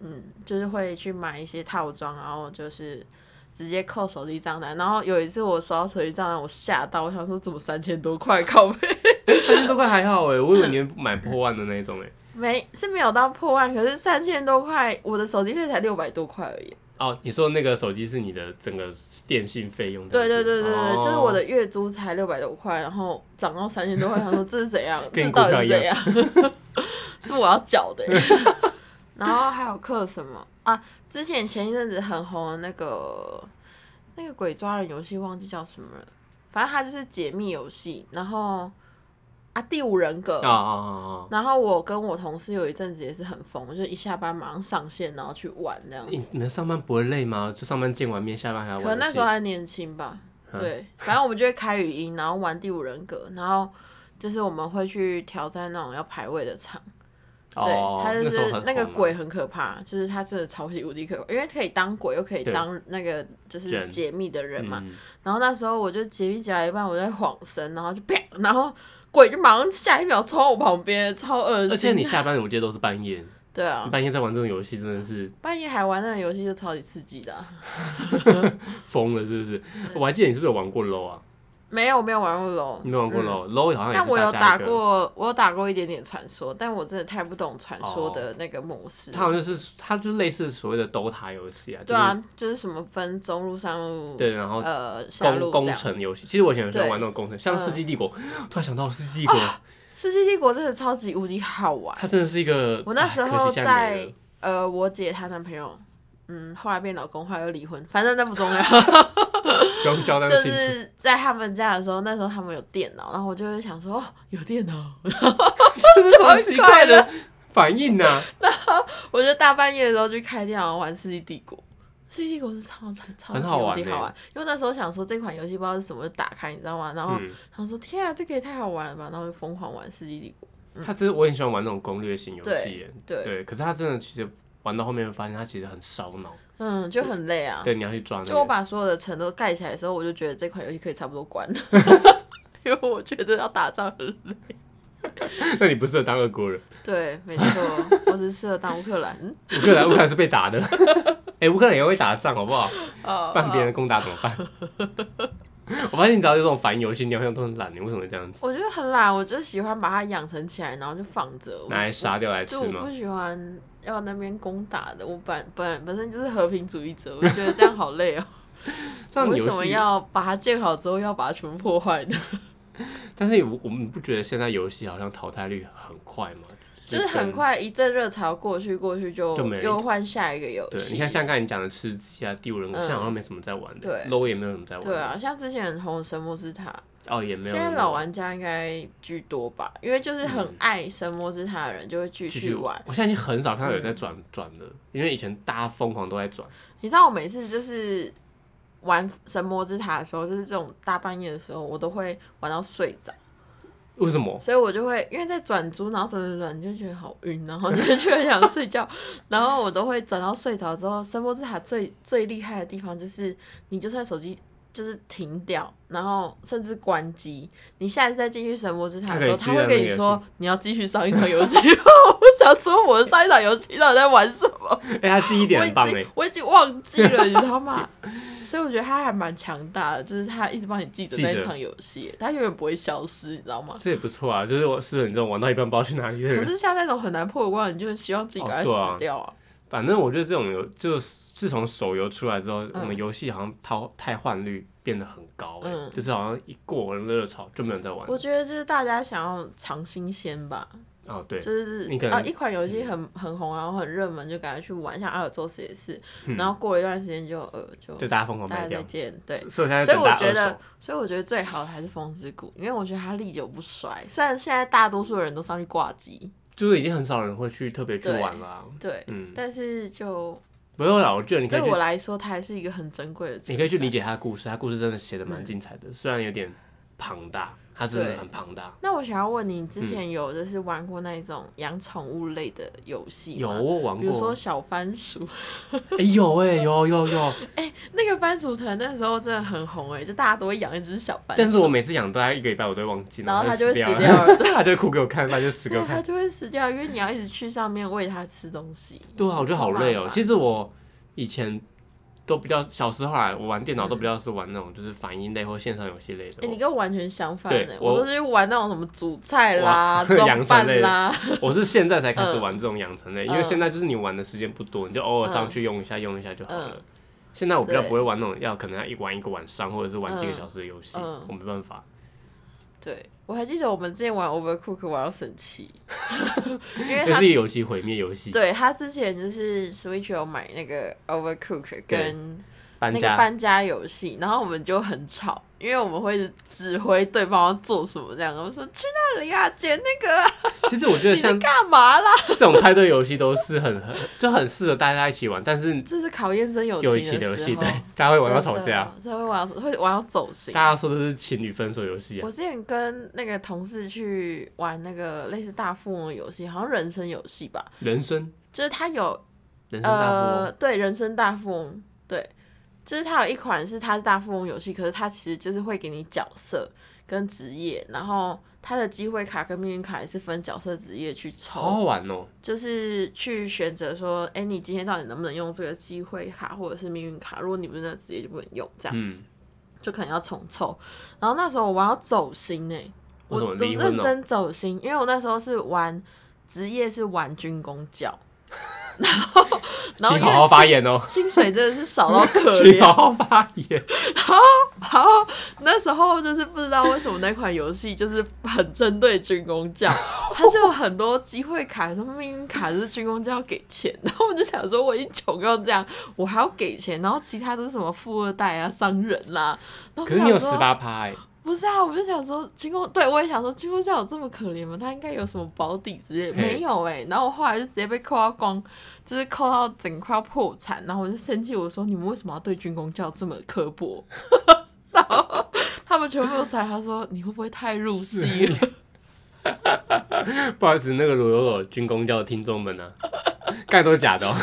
B: 嗯，就是会去买一些套装，然后就是直接扣手机账单。然后有一次我收到手机账单，我吓到，我想说怎么三千多块，靠背
A: 三千多块还好哎，我以为你会买破万的那一种哎。
B: 没是没有到破万，可是三千多块，我的手机费才六百多块而已。
A: 哦，你说那个手机是你的整个电信费用？
B: 对对对对对，
A: 哦
B: 就是我的月租才六百多块，然后涨到三千多块，想说这是 怎样？
A: 跟
B: 这
A: 你
B: 到
A: 股
B: 底
A: 票
B: 是
A: 一
B: 怎样？ 是我要缴的欸。 然后还有刻什么啊？之前前一阵子很红的那个那个鬼抓人游戏，忘记叫什么了，反正它就是解密游戏。然后啊，第五人格。
A: 啊啊啊
B: 然后我跟我同事有一阵子也是很疯，就是一下班马上上线，然后去玩这样
A: 啊！
B: 子。
A: 你你们上班不会累吗？就上班见完面，下班还要啊玩
B: 可
A: 游戏。嗯
B: 能那时候还年轻吧。对，反正我们就会开语音，然后玩第五人格，然后就是我们会去挑战那种要排位的场。
A: 哦
B: 对，他就
A: 那时候
B: 是
A: 很
B: 那个
A: 红啊
B: 鬼很可怕，就是他真的超级无敌可怕，因为可以当鬼，又可以
A: 对
B: 当那个就是
A: 人
B: 解密的人嘛。
A: 嗯
B: 然后那时候我就解密解到一半，我在晃神，然后就啪，然后鬼就马上下一秒冲到我旁边，超恶
A: 而且
B: 心。
A: 你下班，我记得都是半夜，
B: 对啊
A: 你，半夜在玩这种游戏，真的是
B: 半夜还玩那个游戏就超级刺激的啊、
A: 疯了，是不是？我还记得你是不是有玩过 LO 啊？
B: 没有，我没有玩过楼，
A: 你没有玩过
B: 嗯
A: LO，LO 好像也
B: 但
A: 是
B: 我有
A: 大家
B: 打
A: 一个，
B: 过，我有打过一点点传说，但我真的太不懂传说的那个模式。
A: 它哦好像就是它就类似所谓的 DOTA 游戏啊，就
B: 对
A: 是，
B: 啊，就是什么分中路、上路，
A: 对，然后
B: 呃，下
A: 工
B: 路这
A: 工
B: 样。
A: 程游戏，其实我以前有喜欢
B: 对
A: 玩那种工程，像
B: 嗯啊
A: 《世纪帝国》，突然想到《世纪帝国》，
B: 世纪帝国真的超级无敌好玩。
A: 它真的是一个，
B: 我那时
A: 哎
B: 候
A: 可惜现在没
B: 在
A: 了
B: 呃，我姐她男朋友，嗯，后来变老公，后来又离婚，反正那不重要。
A: 不用交代
B: 就
A: 清楚。
B: 是在他们家的时候，那时候他们有电脑，然后我就会想说，哦，有电脑，
A: 这是什么
B: 很
A: 奇
B: 快
A: 怪
B: 乐
A: 的反应呢、啊？
B: 我就大半夜的时候去开电脑玩《世纪帝国》，《世纪帝国》是超超超
A: 很
B: 级
A: 好
B: 无
A: 玩
B: 敌
A: 欸
B: 好玩，因为那时候想说这款游戏不知道是什么，就打开你知道吗？然后
A: 嗯，
B: 想说天啊，这个也太好玩了吧，然后就疯狂玩《世纪帝国》。
A: 它其实我很喜欢玩那种攻略型游戏耶，
B: 嗯对，
A: 对，可是它真的其实玩到后面会发现它其实很烧脑，
B: 嗯，就很累啊。
A: 对，你要去抓那
B: 就我
A: 个。
B: 把所有的城都盖起来的时候，我就觉得这款游戏可以差不多 关了，因为我觉得要打仗很累。
A: 那你不适合当俄国人。
B: 对，没错，我只适合当乌克兰。
A: 乌克兰，乌克兰是被打的。哎、乌克兰也会打仗，好不好？
B: 哦
A: 办别人的攻打怎么办？ 我发现你只要有这种反应游戏，你好像都很懒，你为什么会这样子？
B: 我觉得很懒，我就喜欢把它养成起来，然后就放着。我
A: 拿来杀掉来
B: 对，
A: 吃
B: 我
A: 吗
B: 不？喜欢要那边攻打的。我本本本身就是和平主义者，我觉得这样好 累哦。
A: 这样
B: 为
A: 游
B: 什么
A: 戏，
B: 要把它建好之后要把它全部破坏呢？
A: 但是我我们不觉得现在游戏好像淘汰率很快吗？
B: 就是很
A: 跟。
B: 快一阵热潮过去，过去就
A: 就没了
B: 又换下一个游
A: 对，
B: 戏。
A: 你看像刚才你讲的吃鸡啊、第五人格，
B: 嗯
A: 现在好像没什么在玩的
B: 对
A: ，low 也没有什么在玩。
B: 对，啊，像之前很红的神魔之塔，
A: 哦也没
B: 现
A: 有。嗯
B: 在老玩家应该居多吧，因为就是很爱神魔之塔的人就会继
A: 继
B: 续
A: 续
B: 玩。。嗯
A: 我现在已经很少看到有在转转的，因为以前大家疯狂都在转。
B: 你知道我每次就是玩神魔之塔的时候，就是这种大半夜的时候，我都会玩到睡着，
A: 为什 么？
B: 所以我就会因为在转租，然后转转转，你就觉得好晕，然后你就觉得想 睡觉，然后我都会转到睡着之后，神魔之塔最最厉害的地方就是，你就算手机。就是停掉，然后甚至关机。你下次再进去神魔之塔的时候，
A: 它
B: 他
A: 可以
B: 会
A: 继续
B: 跟你
A: 让那个游
B: 说你要继续上一场游戏。然后我想说，我上一场游戏到底在玩什么？
A: 哎、他记忆点很棒哎、
B: 我已经我已经忘记了，你知 道吗？所以我觉得他还蛮强大的，就是他一直帮你记着
A: 记着
B: 那一场游戏，他永远不会消失，你知道吗？
A: 这也不错啊，就是我适合你这种玩到一半不知道去哪里的
B: 可
A: 人。
B: 是像那种很难破关，你就希望自己
A: 哦
B: 赶快
A: 对啊
B: 死掉啊。
A: 反正我觉得这种游，就是自从手游出来之后，
B: 嗯
A: 我们游戏好像淘汰换率变得很高、欸，
B: 嗯
A: 就是好像一过了热潮就没有人在玩
B: 我。觉得就是大家想要尝新鲜吧，
A: 哦，对，
B: 就是
A: 你可能嗯
B: 啊一款游戏很很红，然后很热门，就赶快去玩，像阿尔宙斯也是，然后过了一段时间就呃就
A: 嗯就大家疯狂
B: 大
A: 卖
B: 家再
A: 掉。
B: 见，对。
A: 所以我现在
B: 所以
A: 等
B: 我
A: 大家
B: 觉
A: 二
B: 得
A: 手。，
B: 所以我觉得最好的还是《风之谷》，因为我觉得它历久不衰。虽然现在大多数人都上去挂机，
A: 就是已经很少人会去特别去
B: 对
A: 玩了啊、
B: 对，
A: 嗯，
B: 但是就
A: 不用啦，我觉得你可
B: 对
A: 以去
B: 我来说，它还是一个很珍贵的存在。
A: 你可以去理解他的故事，他故事真的写的蛮精彩的，虽然有点庞大，他真的
B: 对
A: 很庞大。
B: 那我想要问你，你
A: 嗯
B: 之前有就是玩过那一种养宠物类的游戏
A: 有
B: 吗？
A: 我玩
B: 比如说
A: 过，
B: 小番薯，
A: 哎有哎有有有，
B: 那个番薯藤那时候真的很红哎、就大家都会养一只小番薯，
A: 但是我每次养大概一个礼拜我都会忘记，
B: 然后它
A: 就
B: 就会
A: 掉
B: 死掉了
A: 他就会哭给我看，他就 死给
B: 对啊
A: 我
B: 它
A: 看。
B: 就会死掉，因为你要一直去上面喂它吃东西。
A: 对啊，我觉得好累
B: 超麻
A: 哦。
B: 烦
A: 其实我以前都比较小时候啊，我玩电脑都比较是玩那种就是反应类或线上游戏类
B: 哎、你
A: 的。
B: 跟我完全相反
A: 对
B: 哎、
A: 我
B: 我都是玩那种什么煮菜 啦、
A: 我养
B: 装
A: 成类
B: 扮
A: 的
B: 啦，
A: 我我是现在才开始玩这种养成类，因为
B: 嗯
A: 现在就是你玩的时间不多，你就偶尔上去用一下用一下就好了
B: 嗯。
A: 现在我比较
B: 对
A: 不会玩那种要可能要一玩一个晚上或者是玩几个
B: 嗯
A: 小时的游戏
B: 嗯，
A: 我没办法。
B: 对我还记得我们之前玩 Overcook 玩到生 气，因为
A: 这
B: 它
A: 是游戏毁灭游戏，
B: 对他之前就是 Switch 有买那个 Overcook 跟
A: 搬
B: 那个
A: 家。
B: 搬家游戏，然后我们就很吵，因为我们会指挥对方要做什么这样。我们说去那里啊，捡那个、 啊，
A: 其实我觉得
B: 你在
A: 像
B: 干嘛啦？
A: 这种派对游戏都是很很就很适合大家一起玩，但是
B: 这是考验真友
A: 有一
B: 情
A: 起的游戏
B: 时候
A: 对，，大家会
B: 会
A: 玩到吵架，，
B: 真的会玩到会玩到走心。
A: 大家说的是情侣分手游戏啊
B: 我。之前跟那个同事去玩那个类似大富翁的游戏，好像人生游戏吧，
A: 人生
B: 就是它有
A: 人生大富翁、
B: 呃，对，人生大富翁，对，就是它有一款是它是大富翁游戏，可是它其实就是会给你角色跟职业，然后它的机会卡跟命运卡也是分角色职业去
A: 好好
B: 抽，
A: 玩哦。
B: 就是去选择说，哎，你今天到底能不能用这个机会卡或者是命运卡？如果你不是那个职业就不能用，这样
A: 嗯，
B: 就可能要重抽。然后那时候我玩到走心哎、
A: 为
B: 我
A: 什么
B: 我
A: 离婚
B: 认
A: 哦？
B: 真走心，因为我那时候是玩职业是玩军工 教，然后
A: 请
B: 然后因为
A: 好好发
B: 薪
A: 言哦，
B: 薪水真的是少 到可
A: 请好好
B: 怜。
A: 发言。
B: 然后那时候就是不知道为什么那款游戏就是很针对军 工教，它就有很多机会卡、什么命运卡，就是军工教要给钱。然后我就想说，我已经穷到这样，我还要给钱，然后其他都是什么富二代啊、商人啦、然后我
A: 可是你有
B: 想
A: 十
B: 说
A: 八趴哎，
B: 不是啊，我就想说，金工对我也想说，金工教有这么可怜吗？他应该有什么保底之类的，
A: 嘿
B: 没有哎、然后我后来就直接被扣到光，就是扣到整块破产。然后我就生气，我说你们为什么要对军工教这么刻薄？ 然后他们全部都猜，他说你会不会太入戏了？
A: 不好意思，那个如果有军工教的听众们呢，盖都是假的、哦，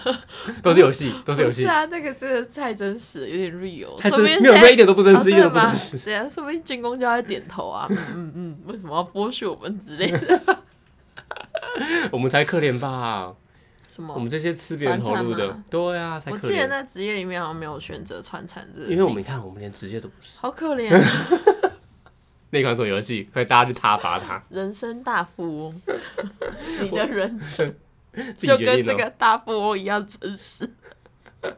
A: 都是游 戏，都是游
B: 不
A: 戏
B: 是，啊，这个真的太真实，有点 real，
A: 太
B: 说
A: 真
B: 不定
A: 没有
B: 现
A: 没
B: 在
A: 有一点都不真
B: 哦
A: 实，一
B: 真
A: 点都
B: 的
A: 不
B: 吗
A: 真 实？。
B: 对啊，说不定军工就在点头啊，嗯嗯嗯，为什么要剥削我们之类的？
A: 我们才可怜吧？
B: 什
A: 我
B: 么
A: 们？这些吃别人头
B: 传
A: 路
B: 产
A: 的
B: 吗，
A: 对啊，才
B: 我
A: 可
B: 记得
A: 怜。
B: 那职业里面好像没有选择传产这个地方，
A: 因为我们你看，我们连职业都不是。
B: 好可怜啊，
A: 那款种游戏，快大家去挞伐 它，
B: 人生大富 翁，你的人生
A: 自
B: 就
A: 己决
B: 跟这
A: 定的哦。
B: 个大富翁一样真实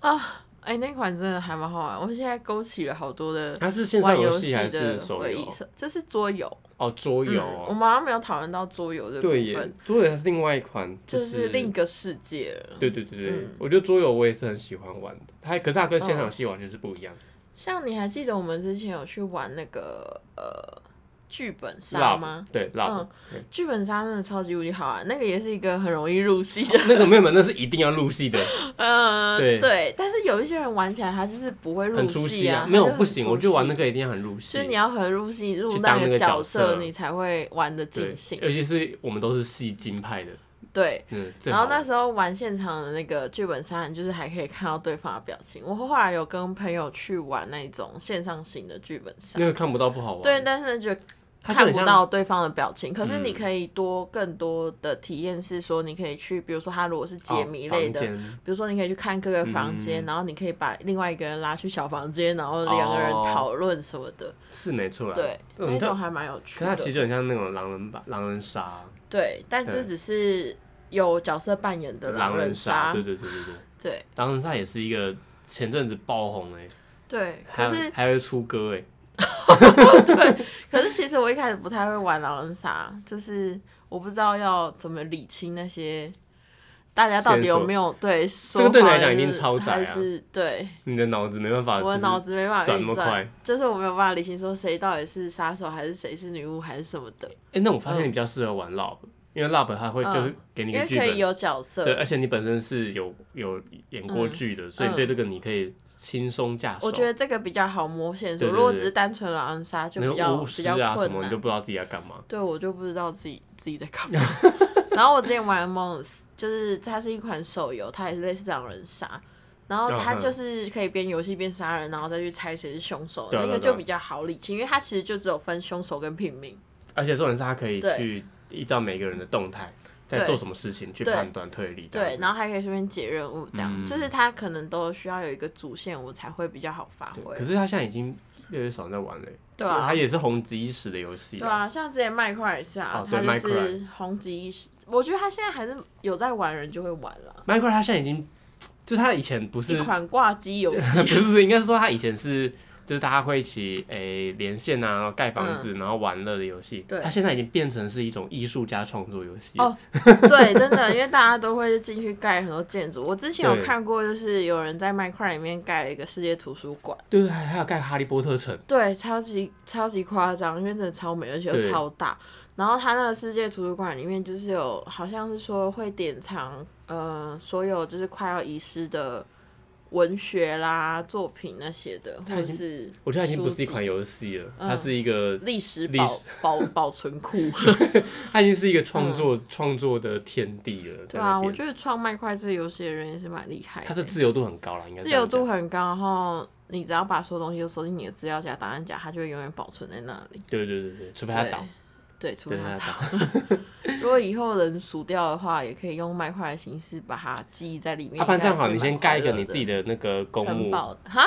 B: 啊！哎、那款真的还蛮好玩，我现在勾起了好多的
A: 它是线
B: 玩
A: 上游
B: 游
A: 戏还是
B: 的
A: 手
B: 回忆
A: 游？。
B: 这是桌游，
A: 哦，桌游
B: 嗯，我
A: 哦。
B: 们好像没有讨论到桌游这部
A: 对耶
B: 分，，
A: 桌游还是另外一款，
B: 就是是另一个世界了。
A: 对对对对
B: 嗯，
A: 我觉得桌游我也是很喜欢玩的，它可是它跟现场游戏完全是不一样的。
B: 像你还记得我们之前有去玩那个呃剧本杀
A: Love，
B: 吗？嗯
A: 对，love，对
B: 剧本杀真的超级无敌好玩，那个也是一个很容易入戏的。
A: 那个没有没有，那是一定要入戏的，
B: 呃，
A: 对
B: 对，但是有一些人玩起来他就是不会入
A: 很出
B: 戏
A: 戏
B: 啊，
A: 没有
B: 他就很
A: 不行，
B: 出
A: 我觉得玩
B: 戏
A: 那个一定要很入戏
B: 就是。你要很入戏，入
A: 去
B: 那
A: 当那
B: 个
A: 个
B: 角
A: 角色
B: 你才会玩的
A: 对
B: 尽兴。
A: 尤其是我们都是戏精派的，
B: 对，
A: 嗯，正
B: 然后
A: 好
B: 那时候玩现场的那个剧本杀，你就是还可以看到对方的表情。我后来有跟朋友去玩那种线上型的剧本杀，
A: 那个看不到不好玩，
B: 对，，但是就
A: 它就
B: 看
A: 很
B: 不
A: 像哦
B: 到对方的表情。可是
A: 嗯
B: 你可以多更多的体验是说，你可以去，比如说他如果是解谜类的
A: 哦，房间
B: 比如说你可以去看各个房间，
A: 嗯
B: 然后你可以把另外一个人拉去小房间，然后两个人
A: 哦
B: 讨论什么的。
A: 是没错啦，
B: 对，
A: 嗯
B: 那
A: 它
B: 种还蛮有趣
A: 可
B: 的
A: 它。其实就很像那种狼人吧，狼人杀、
B: 对，但这
A: 对
B: 只是有角色扮演的狼
A: 人
B: 杀。
A: 对对对对对，
B: 对
A: 狼人杀也是一个前阵子爆红哎，
B: 对，
A: 还
B: 可
A: 有
B: 是
A: 还会出歌哎，
B: 可是其实我一开始不太会玩狼人杀，就是我不知道要怎么理清那些大家到底有没有对说
A: 这个对你
B: 谎
A: 来讲一定
B: 就是
A: 超载啊
B: 还是对
A: 你的脑子没办法，
B: 我的
A: 就是
B: 脑子没办法
A: 转那
B: 运
A: 么
B: 转
A: 快，
B: 就是我没有办法理清说谁到底是杀手还是谁是女巫还是什么的，
A: 哎、那我发现你比较适合玩 Love，、因为 Love 它会就是给你一
B: 嗯因
A: 个
B: 为
A: 剧
B: 可
A: 本
B: 以，有角色
A: 对，。而且你本身是有有演过剧的，所以
B: 嗯
A: 对这个你可以轻松驾驶。
B: 我觉得这个比较好摸线索，
A: 对对
B: 如果
A: 对
B: 只是单纯狼人杀就
A: 那
B: 比较
A: 个巫
B: 比
A: 师
B: 较
A: 啊什
B: 困
A: 么，
B: 难
A: 你就。不知道自己在干嘛。
B: 对，我就不知道自己自己 在干嘛。然后我之前玩 Mons，就是它是一款手游，它也是类似狼人杀，然后它
A: 嗯哼
B: 就是可以边游戏边杀人，然后再去猜谁是凶手，
A: 对啊
B: 那
A: 对
B: 个
A: 啊
B: 就比较好理清，因为它其实就只有分凶手跟平民。
A: 而且重点是他可以
B: 对
A: 去依照每个人的动态在
B: 对
A: 做什么事情去
B: 对
A: 判断推理这样
B: 对
A: 子。，
B: 然后还可以顺便解任务，这样、
A: 嗯
B: 就是它可能都需要有一个主线，我才会比较好发
A: 对
B: 挥
A: 可。是他现在已经越来越少人在玩了、
B: 对
A: 就
B: 啊
A: 他，也是红极一时的游戏
B: 对。啊，像之前麦块也是啊
A: 哦，
B: 他
A: 对
B: 就
A: Minecraft
B: 是红极一时。我觉得他现在还是有在玩，人就会玩了，
A: Minecraft 他现在已经，就是他以前不
B: 一
A: 是
B: 款挂 机游戏
A: 不。是不是，应该是说他以前是就是大家会一起诶、连线啊，然后盖房子，然后玩乐的游戏。
B: 嗯对
A: 他现在已经变成是一种艺术家创作游戏。
B: 哦对，真的，因为大家都会进去盖很多建筑。我之前有
A: 对
B: 看过，就是有人在 Minecraft 里面盖了一个世界图书馆，
A: 对，还还有盖哈利波特城，
B: 对，超级超级夸张，因为真的超美，而且又
A: 对
B: 超大。然后它那个世界图书馆里面就是有，好像是说会典藏呃所有就是快要遗失的文学啦、作品那些的，或
A: 它
B: 者
A: 已经
B: 是
A: 我觉得它已经不
B: 书
A: 是一
B: 籍
A: 款游戏了，
B: 嗯
A: 它是一个，
B: 历史
A: 历
B: 保
A: 史
B: 保保 存库。
A: 它已经是一个创作创作的天地了。在
B: 嗯对啊，
A: 那
B: 我
A: 边，
B: 觉得创卖块这个游戏的人也是蛮厉害的。
A: 它是自由度很高了，应该
B: 自
A: 这样
B: 由度
A: 讲
B: 很高，然后你只要把所有东西都收进你的资料夹、答案夹，它就会永远保存在那里。
A: 对对对对，除非它
B: 对
A: 倒，，
B: 对，除非
A: 对啊
B: 它
A: 它
B: 倒。
A: 倒，
B: 如果以后人数掉的话，也可以用卖块的形式把它记忆在里面。
A: 阿潘正好，
B: 应
A: 你
B: 该是
A: 先
B: 蛮
A: 盖
B: 快
A: 一
B: 乐的
A: 个你自己的那个公
B: 城
A: 墓。
B: 堡的哈？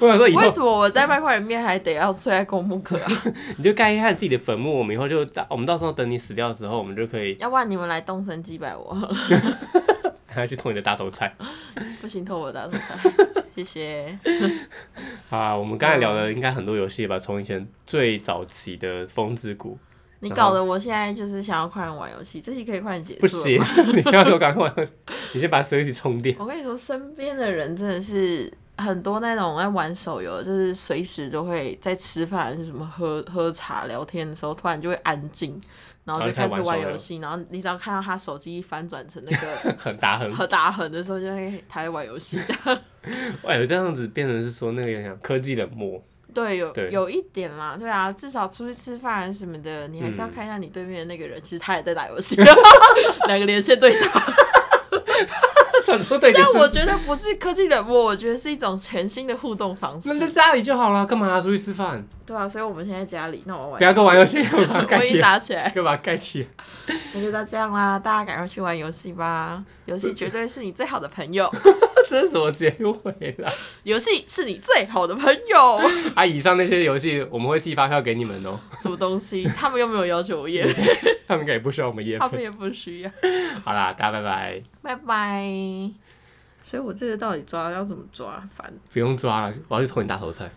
A: 我想说以后
B: 为什么我在卖块里面还得要睡在公墓壳啊？
A: 你就盖一下你自己的坟墓，我们以后就到我们到时候等你死掉之后，我们就可以
B: 要不然你们来东神击败我，
A: 还要去偷你的大头菜。
B: 不行，偷我的大头菜，谢谢。
A: 好啊，我们刚才聊了应该很多游戏吧，从以前最早期的《风之谷
B: 你搞得我现在就是想要快点玩游戏，这期可以快点》结
A: 不
B: 束了
A: 行，你不要给我赶快，你先把 Switch 充电。
B: 我跟你说，身边的人真的是很多那种在玩手游，就是随时都会在吃饭还是什么喝喝茶聊天的时候，突然就会安静，然后就开始玩游戏。然后你只要看到他手机一翻转成那 个
A: 很打很，
B: 和打横的时候， 就会他在玩游戏这样。
A: 哎，这样子变成是说那个有点像科技冷漠，
B: 对，有
A: 对
B: 有一点啦，对啊，至少出去吃饭什么的，你还是要看一下你对面的那个人，其实他也在打游 戏，两个连线对打。
A: 转头对给
B: 但
A: 自己
B: 我觉得不是科技冷漠，我觉得是一种全新的互动方
A: 那在
B: 式。
A: 家里就好了，干嘛要出去吃饭？
B: 对啊，所以我们现在家里，那我玩
A: 不要跟玩游戏，我把它盖
B: 我
A: 起
B: 一
A: 来，
B: 打起来，
A: 给我把它盖起来。
B: 那就到这样啦，大家赶快去玩游戏吧，游戏绝对是你最好的 朋友，
A: 这是什么结尾啦？
B: 游戏是你最好的朋 友。
A: 啊，以上那些游戏我们会寄发票给你们哦，
B: 什么东西？他们又没有要求我也，
A: 他们应该 也不需要我们业
B: 他们
A: 配。
B: 也不需要。
A: 好啦，大家拜拜，
B: 拜拜。所以我这个到底抓要怎么抓？烦。
A: 不用抓了，我要去偷你大头菜。